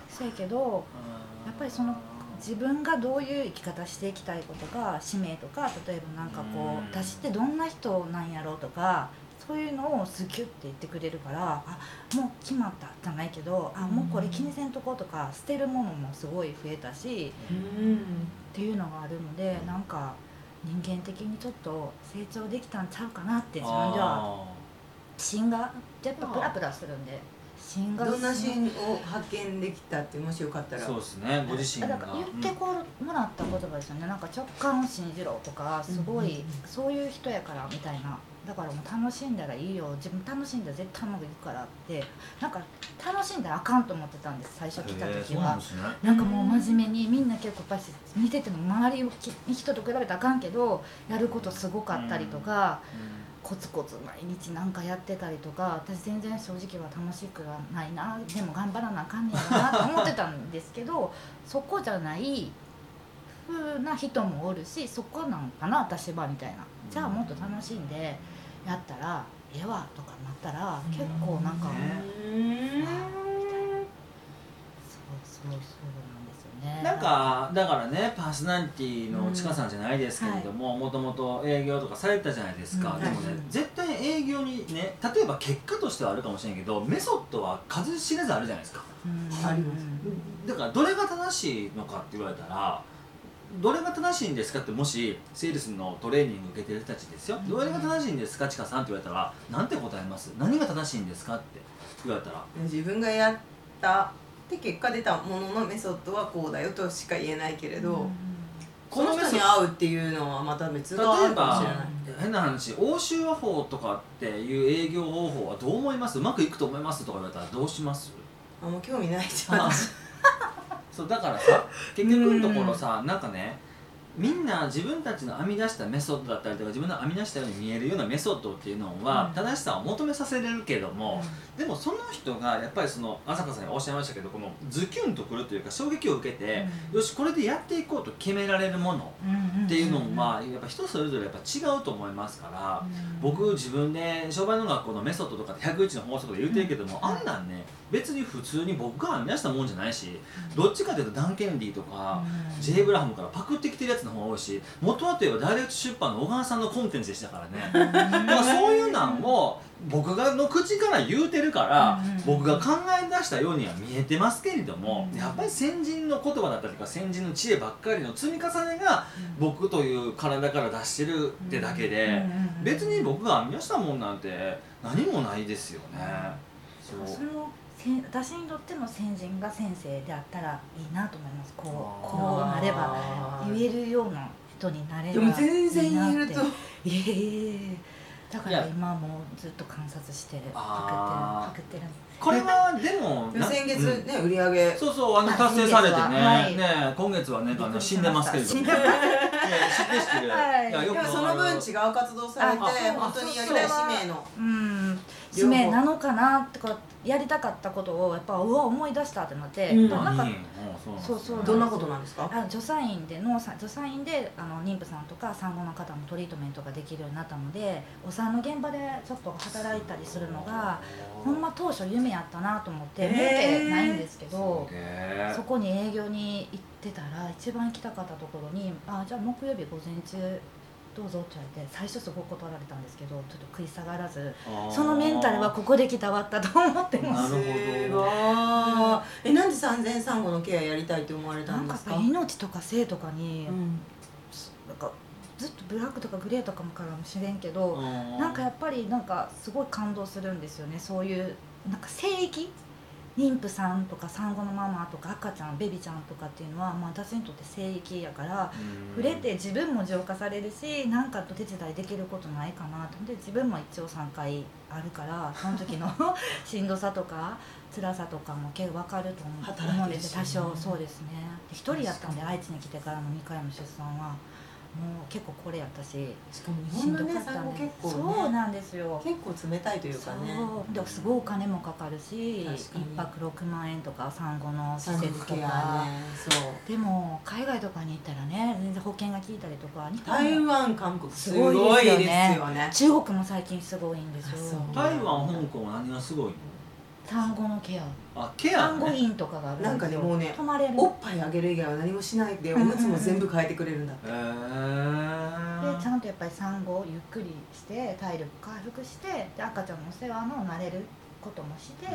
[SPEAKER 3] そうやけど
[SPEAKER 2] にな
[SPEAKER 3] やっぱりその自分がどういう生き方していきたいことか使命とか例えばなんかこ
[SPEAKER 2] うん
[SPEAKER 3] う私ってどんな人なんやろうとかそういうのをスキュッて言ってくれるからあもう決まったじゃないけどあもうこれ気にせんとこうとか捨てるものもすごい増えたし
[SPEAKER 1] うん
[SPEAKER 3] っていうのがあるのでなんか人間的にちょっと成長できたんちゃうかなって自分では芯がやっぱプラプラするんで芯が
[SPEAKER 1] どんなシーンを発見できたってもしよかった
[SPEAKER 2] あー
[SPEAKER 1] ら
[SPEAKER 2] そうですねご自身
[SPEAKER 3] だ
[SPEAKER 2] が
[SPEAKER 3] から言ってこうもらった言葉ですよね、なんか直感を信じろとかすご
[SPEAKER 1] うんうん
[SPEAKER 3] い
[SPEAKER 1] うん
[SPEAKER 3] そういう人やからみたいなだからもう楽しんだらいいよ自分楽しんだら絶対うまくいくからってなんか楽しんだらあかんと思ってたんです最初来た
[SPEAKER 2] へー
[SPEAKER 3] 時
[SPEAKER 2] そうなん
[SPEAKER 3] は
[SPEAKER 2] で。すね
[SPEAKER 3] なんかもう真面目にみんな結構やっぱし見てても周りをき人と比べたらあかんけどやることすごかったりとか、コツコツ毎日なんかやってたりとか私全然正直は楽しくはないなでも頑張らなあかんねやなと思ってたんですけど そこじゃない風な人もおるしそこなんかな私はみたいなじゃあもっと楽しんでやったらええわとかなったら結構なんか、
[SPEAKER 2] うんね
[SPEAKER 1] うん
[SPEAKER 3] そうそうそうなんですよね
[SPEAKER 2] なんかだからねパーソナリティのちかさんじゃないですけれどももともと営業とかされてたじゃないですか、
[SPEAKER 3] うん
[SPEAKER 2] でもね、
[SPEAKER 1] はい
[SPEAKER 2] 絶対営業にね例えば結果としてはあるかもしれんけどメソッドは数知れずあるじゃないですか
[SPEAKER 3] うん
[SPEAKER 1] あります
[SPEAKER 2] だからどれが正しいのかって言われたらどれが正しいんですかってもしセールスのトレーニング受けてる人たちですよ、
[SPEAKER 3] うん
[SPEAKER 2] どれが正しいんですかちかさんって言われたらなんて答えます何が正しいんですかって言われたら
[SPEAKER 1] 自分がやったって結果出たもののメソッドはこうだよとしか言えないけれど、
[SPEAKER 3] うん
[SPEAKER 1] この人に会うっていうのはまた別があるかもしれない
[SPEAKER 2] 変な話欧州和法とかっていう営業方法はどう思いますうまくいくと思いますとか言われたらどうします
[SPEAKER 1] あんま興味ないじゃん
[SPEAKER 2] あそうだからさ結局のところさなんかねみんな自分たちの編み出したメソッドだったりとか自分の編み出したように見えるようなメソッドっていうのは、
[SPEAKER 3] うん
[SPEAKER 2] 正しさを求めさせれるけど
[SPEAKER 3] うん
[SPEAKER 2] も、でもその人がやっぱりその朝香さんにおっしゃいましたけどこのズキュンとくるというか衝撃を受けて、よしこれでやっていこうと決められるものっていうのも、まあやっぱ人それぞれやっぱ違うと思いますから、
[SPEAKER 3] うん
[SPEAKER 2] 僕自分で商売の学校のメソッドとかって101の法則で言うてるけども、
[SPEAKER 3] うん
[SPEAKER 2] あんなんね別に普通に僕が編み出したもんじゃないしどっちかというとダン・ケンディーとか、
[SPEAKER 3] うん
[SPEAKER 2] J ・エイブラハムからパクってきてるやつの方が多いし元はといえばダイレクト出版の小川さんのコンテンツでしたから ねだからそういうなんを僕がの口から言うてるから、
[SPEAKER 3] うんうん
[SPEAKER 2] 僕が考え出したようには見えてますけれども、
[SPEAKER 3] うん
[SPEAKER 2] やっぱり先人の言葉だったりとか先人の知恵ばっかりの積み重ねが僕という体から出してるってだけで。
[SPEAKER 3] うんうんうんうん
[SPEAKER 2] 別に僕が編み出したもんなんて何もないですよね、そう
[SPEAKER 3] それもせん私にとっての先人が先生であったらいいなと思いますこう
[SPEAKER 2] あー
[SPEAKER 3] こうなれば
[SPEAKER 1] あー
[SPEAKER 3] 言えるような人になれ
[SPEAKER 1] で
[SPEAKER 3] ば
[SPEAKER 1] も全然
[SPEAKER 3] いいなっ
[SPEAKER 1] 言
[SPEAKER 3] て
[SPEAKER 1] えると
[SPEAKER 3] いえいえだか
[SPEAKER 2] い
[SPEAKER 3] ら
[SPEAKER 2] や
[SPEAKER 3] 今もうずっと観察してる
[SPEAKER 2] あ
[SPEAKER 3] パ
[SPEAKER 2] ー
[SPEAKER 3] クってるパクってる
[SPEAKER 2] これはでもな
[SPEAKER 1] 先月
[SPEAKER 2] うん
[SPEAKER 1] ね、売り上げ
[SPEAKER 2] そうそうあの
[SPEAKER 3] まあ
[SPEAKER 2] 達成されてね,、
[SPEAKER 3] 先月ははい
[SPEAKER 2] ね今月はねあの死んでますけれども
[SPEAKER 3] 死ん
[SPEAKER 2] ね
[SPEAKER 3] で
[SPEAKER 2] 知
[SPEAKER 3] ま
[SPEAKER 2] って知ってる、
[SPEAKER 3] はい
[SPEAKER 2] やよ
[SPEAKER 1] でも
[SPEAKER 2] く
[SPEAKER 1] その分違う活動されて
[SPEAKER 2] あそう
[SPEAKER 1] 本当にやりたい使命の
[SPEAKER 3] うん
[SPEAKER 1] 両
[SPEAKER 3] 使
[SPEAKER 1] 方
[SPEAKER 3] 命なのかなとかやりたかったことをやっぱうわ思い出したってなって、
[SPEAKER 1] うん
[SPEAKER 3] でも
[SPEAKER 2] あ
[SPEAKER 3] なん
[SPEAKER 2] いい
[SPEAKER 3] か
[SPEAKER 2] ねうんそう
[SPEAKER 3] そうそう
[SPEAKER 1] どんなことなんですか
[SPEAKER 3] あの助産院での助産院であの妊婦さんとか産後の方のトリートメントができるようになったのでお産の現場でちょっと働いたりするのがほんま当初夢やったなと思って
[SPEAKER 1] へー
[SPEAKER 3] 見てないんですけど
[SPEAKER 2] す、げえ
[SPEAKER 3] そこに営業に行ってたら一番行きたかったところに「あじゃあ木曜日午前中どうぞ」って言われて最初すごく断られたんですけどちょっと食い下がらず
[SPEAKER 2] あー
[SPEAKER 3] そのメンタルはここで来たわったと思ってます
[SPEAKER 2] なるほど
[SPEAKER 1] すごーいえなんで産前産後のケアやりたいって思われた
[SPEAKER 3] なんん
[SPEAKER 1] で
[SPEAKER 3] か
[SPEAKER 1] すか
[SPEAKER 3] さ命とか性とかに、
[SPEAKER 1] うん
[SPEAKER 3] なんかずっとブラックとかグレーとかもからもしれんけど、
[SPEAKER 2] うん
[SPEAKER 3] なんかやっぱりなんかすごい感動するんですよねそういうなんか聖域妊婦さんとか産後のママとか赤ちゃんベビちゃんとかっていうのは、まあ、私にとって聖域やから
[SPEAKER 2] うん
[SPEAKER 3] 触れて自分も浄化されるし何かと手伝いできることないかなと思って自分も一応3回あるからそ の時のしんどさとか辛さとかも結構分かると思う思うんで
[SPEAKER 1] 働い
[SPEAKER 3] すよ
[SPEAKER 1] てる
[SPEAKER 3] 多
[SPEAKER 1] しね
[SPEAKER 3] 少そうですねで一人やったんで愛知に来てからの2回の出産はもう結構これやったし
[SPEAKER 1] しかも日
[SPEAKER 3] し
[SPEAKER 1] 本
[SPEAKER 3] ん
[SPEAKER 1] の
[SPEAKER 3] どか
[SPEAKER 1] ね
[SPEAKER 3] った
[SPEAKER 1] 産
[SPEAKER 3] ん
[SPEAKER 1] 後
[SPEAKER 3] で、
[SPEAKER 1] 結
[SPEAKER 3] そう
[SPEAKER 1] 構ね
[SPEAKER 3] なんですよ
[SPEAKER 1] 結構冷たいというかね
[SPEAKER 3] そうですごいお金もかかるし
[SPEAKER 1] 確かに
[SPEAKER 3] 1泊6万円とか産後の施
[SPEAKER 1] 産後
[SPEAKER 3] 設
[SPEAKER 1] の
[SPEAKER 3] と
[SPEAKER 1] ケ
[SPEAKER 3] か
[SPEAKER 1] ア。ねそう
[SPEAKER 3] でも海外とかに行ったらね全然保険が効いたりとか日本
[SPEAKER 1] 台
[SPEAKER 3] も
[SPEAKER 1] 湾韓国す
[SPEAKER 3] す
[SPEAKER 1] ご
[SPEAKER 3] ご
[SPEAKER 1] いで
[SPEAKER 3] い
[SPEAKER 1] すよ
[SPEAKER 3] ですよね
[SPEAKER 1] ね
[SPEAKER 3] 中国も最近すごいんですよ
[SPEAKER 1] あそう
[SPEAKER 2] 台湾香港は何がすごいの
[SPEAKER 3] 産後のケア
[SPEAKER 2] あケア
[SPEAKER 3] 産後
[SPEAKER 2] ね
[SPEAKER 3] 院とかがある
[SPEAKER 1] なんかねもうね
[SPEAKER 3] 泊まれる
[SPEAKER 1] おっぱいあげる以外は何もしないでおむつも全部変えてくれるんだって
[SPEAKER 2] へー
[SPEAKER 3] でちゃんとやっぱり産後ゆっくりして体力回復してで赤ちゃんのお世話の慣れることもして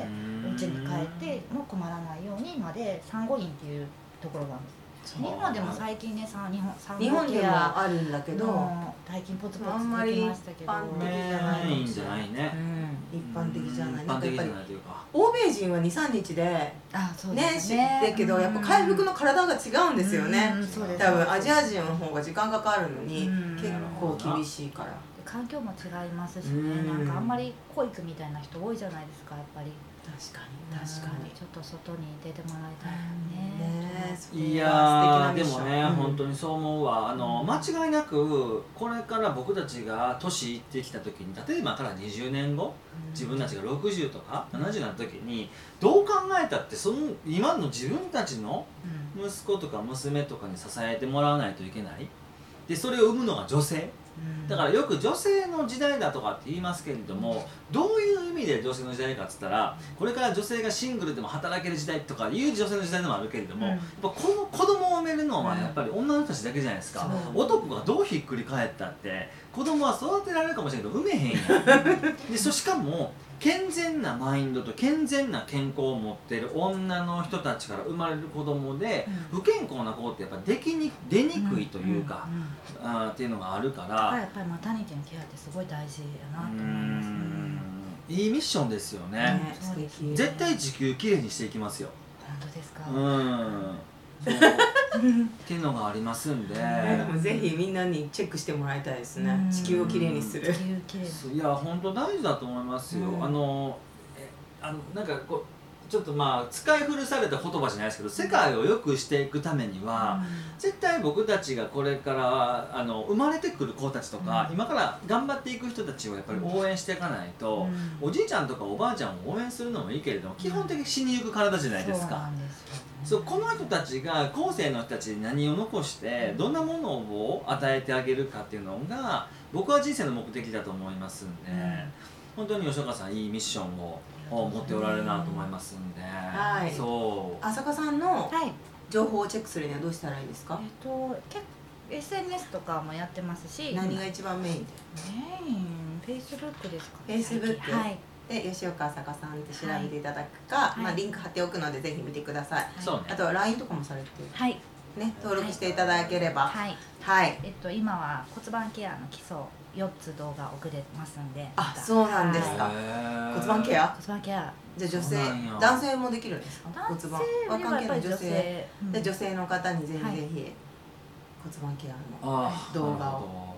[SPEAKER 2] う
[SPEAKER 3] うちに帰っても困らないようにまで産後院っていうところがあるんです
[SPEAKER 2] う
[SPEAKER 3] 日本でも最近ねさ日本産
[SPEAKER 1] 日
[SPEAKER 3] 後
[SPEAKER 1] 本で
[SPEAKER 3] ケ
[SPEAKER 1] も
[SPEAKER 3] ア
[SPEAKER 1] あるんだけど、
[SPEAKER 3] の大金ポツポツできましたけど
[SPEAKER 1] あんまり一般的
[SPEAKER 2] ねいいんじゃないね
[SPEAKER 1] うん一般的じゃない
[SPEAKER 2] 一
[SPEAKER 1] な
[SPEAKER 2] 般
[SPEAKER 1] んかやっ
[SPEAKER 2] 的じ
[SPEAKER 1] ぱ
[SPEAKER 2] ゃ
[SPEAKER 1] り
[SPEAKER 2] ないというか
[SPEAKER 1] 欧米人は23日でね
[SPEAKER 3] あそうで
[SPEAKER 1] ね
[SPEAKER 3] す
[SPEAKER 1] 知っ
[SPEAKER 3] ね
[SPEAKER 1] てるけどやっぱ回復の体が違うんですよね、
[SPEAKER 3] うんそうです
[SPEAKER 1] 多分アジア人の方が時間かかるのに、
[SPEAKER 3] うん
[SPEAKER 1] 結構厳しいから
[SPEAKER 3] 環境も違いますし
[SPEAKER 2] う
[SPEAKER 3] ね
[SPEAKER 2] ん
[SPEAKER 3] なんかあんまり保育みたいな人多いじゃないですかやっぱり
[SPEAKER 1] 確か
[SPEAKER 3] うんちょっと外に出てもらいたい
[SPEAKER 1] ね
[SPEAKER 3] ね
[SPEAKER 1] そ
[SPEAKER 2] い
[SPEAKER 1] れ
[SPEAKER 2] や
[SPEAKER 1] は素
[SPEAKER 2] ー
[SPEAKER 1] 敵なミ
[SPEAKER 2] で
[SPEAKER 1] ッシ
[SPEAKER 2] も
[SPEAKER 1] ョン
[SPEAKER 2] ね、
[SPEAKER 1] うん
[SPEAKER 2] 本当にそう思うわあの、
[SPEAKER 3] うん
[SPEAKER 2] 間違いなくこれから僕たちが年いってきた時に例えば今から20年後自分たちが60とか70になった時にどう考えたってその今の自分たちの
[SPEAKER 3] うん
[SPEAKER 2] 息子とか娘とかに支えてもらわないといけないでそれを生むのが女性
[SPEAKER 3] うん
[SPEAKER 2] だからよく女性の時代だとかって言いますけれどもどういう意味で女性の時代かっつったらこれから女性がシングルでも働ける時代とかいう女性の時代でもあるけれども、
[SPEAKER 3] うん
[SPEAKER 2] やっぱこの子供を産めるのはやっぱり女の人たちだけじゃないですか、
[SPEAKER 3] そう
[SPEAKER 2] 男がどうひっくり返ったって子供は育てられるかもしれないけど産めへんや んでそしかも健全なマインドと健全な健康を持ってる女の人たちから生まれる子供で
[SPEAKER 3] うん
[SPEAKER 2] 不健康な子ってやっぱできに出にくいというか、
[SPEAKER 3] んんだ
[SPEAKER 2] あーっていうのがあるから。
[SPEAKER 3] からやっぱりマタニティのケアってすごい大事やなと思います
[SPEAKER 2] う
[SPEAKER 3] ね
[SPEAKER 2] ーんいいミッションですよね、
[SPEAKER 1] ね素敵
[SPEAKER 3] うん
[SPEAKER 2] 絶対地球きれいにしていきますよ
[SPEAKER 3] 本当ですか
[SPEAKER 2] うーんそうっていうのがありますんで
[SPEAKER 1] ねでもぜひみんなにチェックしてもらいたいですね
[SPEAKER 3] うん
[SPEAKER 1] 地球をきれいにする
[SPEAKER 3] 地球綺麗
[SPEAKER 2] そういや本当大事だと思いますよ、
[SPEAKER 1] うん
[SPEAKER 2] あのえあのなんかこうちょっとまあ使い古された言葉じゃないですけど世界を良くしていくためには、絶対僕たちがこれからあの生まれてくる子たちとか、
[SPEAKER 3] う
[SPEAKER 2] 今から頑張っていく人たちをやっぱり応援していかないと、おじいちゃんとかおばあちゃんを応援するのもいいけれども基本的に死にゆく体じゃないですか、
[SPEAKER 3] そ
[SPEAKER 2] そううこの人たちが後世の人たちに何を残してどんなものを与えてあげるかっていうのが僕は人生の目的だと思いますんで、
[SPEAKER 3] うん
[SPEAKER 2] 本当に吉岡さんいいミッションをを持っておられるなと思いますんで、
[SPEAKER 1] はい
[SPEAKER 2] そう
[SPEAKER 1] 浅香さんの
[SPEAKER 3] はい
[SPEAKER 1] 情報をチェックするにはどうしたらいいです
[SPEAKER 3] えっ
[SPEAKER 1] か
[SPEAKER 3] と結構 SNS とかもやってますし
[SPEAKER 1] 何が一番メイン
[SPEAKER 3] メインフェイスブックですか
[SPEAKER 1] Facebook
[SPEAKER 3] はい
[SPEAKER 1] でで吉岡浅香さんって調べていただくか、
[SPEAKER 3] い
[SPEAKER 1] まあ、
[SPEAKER 3] はい
[SPEAKER 1] リンク貼っておくのでぜひ見てください
[SPEAKER 2] そうね
[SPEAKER 1] あとは LINE とかもされて
[SPEAKER 3] はい
[SPEAKER 1] るね登録していただければはい、
[SPEAKER 3] はいえっと今は骨盤ケアの基礎4つ動画送れますんで
[SPEAKER 1] あそうなんですか
[SPEAKER 2] へー
[SPEAKER 1] 骨盤ケア
[SPEAKER 3] 骨盤ケア
[SPEAKER 1] じゃあ女性
[SPEAKER 2] そうなんや
[SPEAKER 1] 男性もできるんですか
[SPEAKER 3] 男性
[SPEAKER 1] 骨盤
[SPEAKER 3] はやっぱり
[SPEAKER 1] 女
[SPEAKER 3] 女
[SPEAKER 1] 性
[SPEAKER 3] 性
[SPEAKER 1] で女性の方にぜひぜひ
[SPEAKER 3] はい
[SPEAKER 1] 骨盤ケアの
[SPEAKER 2] あー
[SPEAKER 1] 動画を
[SPEAKER 2] なるほ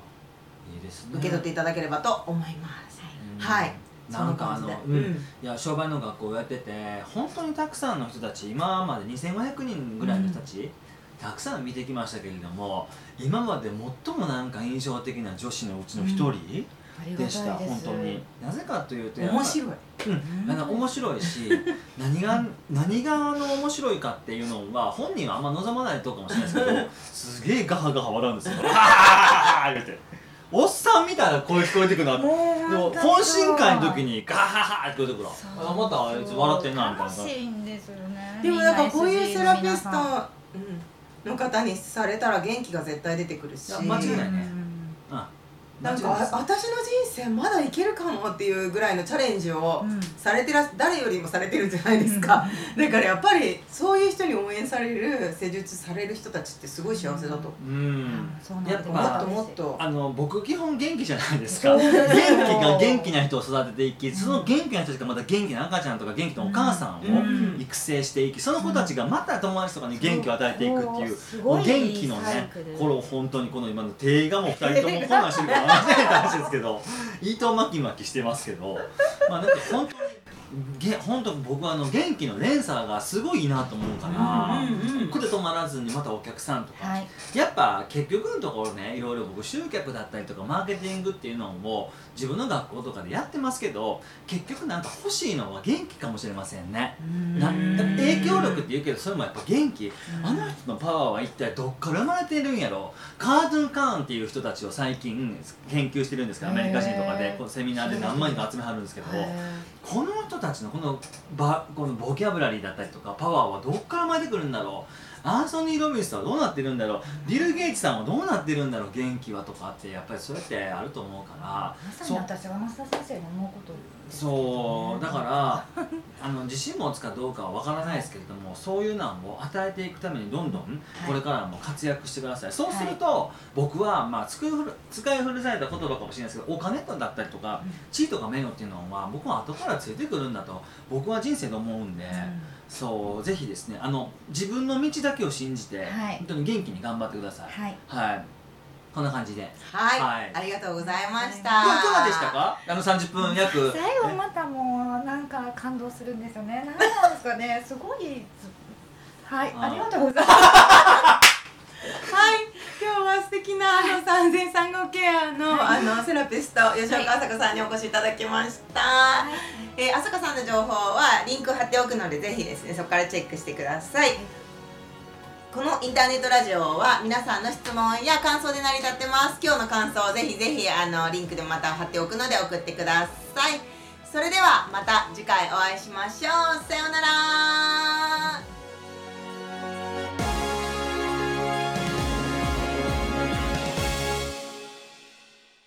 [SPEAKER 2] どいいですね
[SPEAKER 1] 受け取っていただければと思います。
[SPEAKER 2] うん
[SPEAKER 1] はい
[SPEAKER 2] なんかあ
[SPEAKER 1] そ
[SPEAKER 2] の
[SPEAKER 1] な感
[SPEAKER 2] う
[SPEAKER 1] じで
[SPEAKER 2] んいや商売の学校をやってて本当にたくさんの人たち今まで2500人ぐらいの人たち、たくさん見てきましたけれども今まで最もなんか印象的な女子のうちの一人
[SPEAKER 3] ありがたい
[SPEAKER 2] で
[SPEAKER 3] で
[SPEAKER 2] し
[SPEAKER 3] す
[SPEAKER 2] た、本当になぜかというと
[SPEAKER 1] うん、面白い。
[SPEAKER 2] うんあの面白い し何が何があの面白いかっていうのは本人はあんま望まないとこかもしれない ですけどすげえガハガハ笑うんです よ「わー!」言うておっさんみたいな声聞こえてくるなって
[SPEAKER 3] もう
[SPEAKER 2] でも懇親会の時にガハハって言うてくるからあまたあいつ笑ってんなみたいな
[SPEAKER 3] 楽しいんですよね
[SPEAKER 1] でもなんかこういうセラピスト
[SPEAKER 3] みんな
[SPEAKER 1] うんの方にされたら元気が絶対出てくるし
[SPEAKER 2] いや間違いないね
[SPEAKER 3] うん
[SPEAKER 1] なんかあ私の人生まだいけるかもっていうぐらいのチャレンジを
[SPEAKER 3] うん
[SPEAKER 1] されてら誰よりもされてるじゃないですか、だからやっぱりそういう人に応援される施術される人たちってすごい幸せだと、
[SPEAKER 2] うん
[SPEAKER 3] そうなん
[SPEAKER 2] やっ
[SPEAKER 3] です
[SPEAKER 1] もっ
[SPEAKER 2] ぱ
[SPEAKER 1] ともっと
[SPEAKER 2] あの僕基本元気じゃないですか元気が元気な人を育てていきその元気な人たちがまた元気な赤ちゃんとか元気なお母さん
[SPEAKER 1] うん
[SPEAKER 2] を育成していきその子たちがまた友達とかに元気を与えていくっていう
[SPEAKER 3] す
[SPEAKER 2] も
[SPEAKER 3] ご
[SPEAKER 2] う
[SPEAKER 3] い
[SPEAKER 2] 元気の
[SPEAKER 3] サイ
[SPEAKER 2] ね
[SPEAKER 3] クル
[SPEAKER 2] これを本当にこの今の手がもう2人とも混乱してるから話してた話ですけど糸巻き巻きしてますけどまあなんか本当にげ本当僕はあの元気の連鎖がすごいいいなと思うから、
[SPEAKER 1] うんうんうん
[SPEAKER 2] ここで止まらずにまたお客さんとか、
[SPEAKER 3] はい
[SPEAKER 2] やっぱ結局のところねいろいろ僕集客だったりとかマーケティングっていうのも自分の学校とかでやってますけど結局なんか欲しいのは元気かもしれませんね。な
[SPEAKER 1] うん
[SPEAKER 2] やっぱ影響力って言うけどそれもやっぱ元気あの人のパワーは一体どっから生まれてるんやろカートゥン・カーンっていう人たちを最近研究してるんですけどアメリカ人とか
[SPEAKER 3] へ
[SPEAKER 2] で
[SPEAKER 3] ー
[SPEAKER 2] こうセミナーで何万人か集めはるんですけど
[SPEAKER 3] へ
[SPEAKER 2] この人たちのこのばこのボキャブラリーだったりとかパワーはどっから生まれてくるんだろうアンソニー・ロビンスさんはどうなってるんだろうディル・ゲイチさんはどうなってるんだろう元気はとかってやっぱりそれってあると思うから
[SPEAKER 3] まさ
[SPEAKER 2] そ
[SPEAKER 3] に
[SPEAKER 2] う
[SPEAKER 3] 私は増田先生の思うこと
[SPEAKER 2] そうだからあの自信持つかどうかは分からないですけれどもそういう難を与えていくためにどんどんこれからも活躍してください、そうすると、僕は、まあ、使い古使い古された言葉かもしれないですけどお金とだったりとか
[SPEAKER 3] うん
[SPEAKER 2] 地位とか名誉っていうのは僕は後からついてくるんだと僕は人生で思うんで、
[SPEAKER 3] うん
[SPEAKER 2] そうぜひですねあの自分の道だけを信じて、
[SPEAKER 3] はい
[SPEAKER 2] 本当に元気に頑張ってください。
[SPEAKER 3] はい
[SPEAKER 2] はい、こんな感じで
[SPEAKER 1] はい、
[SPEAKER 2] はい
[SPEAKER 1] ありがとうございました
[SPEAKER 2] 今日いかがでしたかあの30分約
[SPEAKER 3] 最後またもうなんか感動するんですよね。なんなんですかね。すごいつ。はい、
[SPEAKER 2] あー
[SPEAKER 3] ありがとうございます。
[SPEAKER 1] はい、今日は素敵なあの産前産後ケアの、あのセラピスト吉岡朝香さんにお越しいただきました。えー、朝香さんの情報はリンク貼っておくのでぜひですねそこからチェックしてください。このインターネットラジオは皆さんの質問や感想で成り立ってます。今日の感想をぜひぜひあのリンクでまた貼っておくので送ってください。それではまた次回お会いしましょう。さようなら。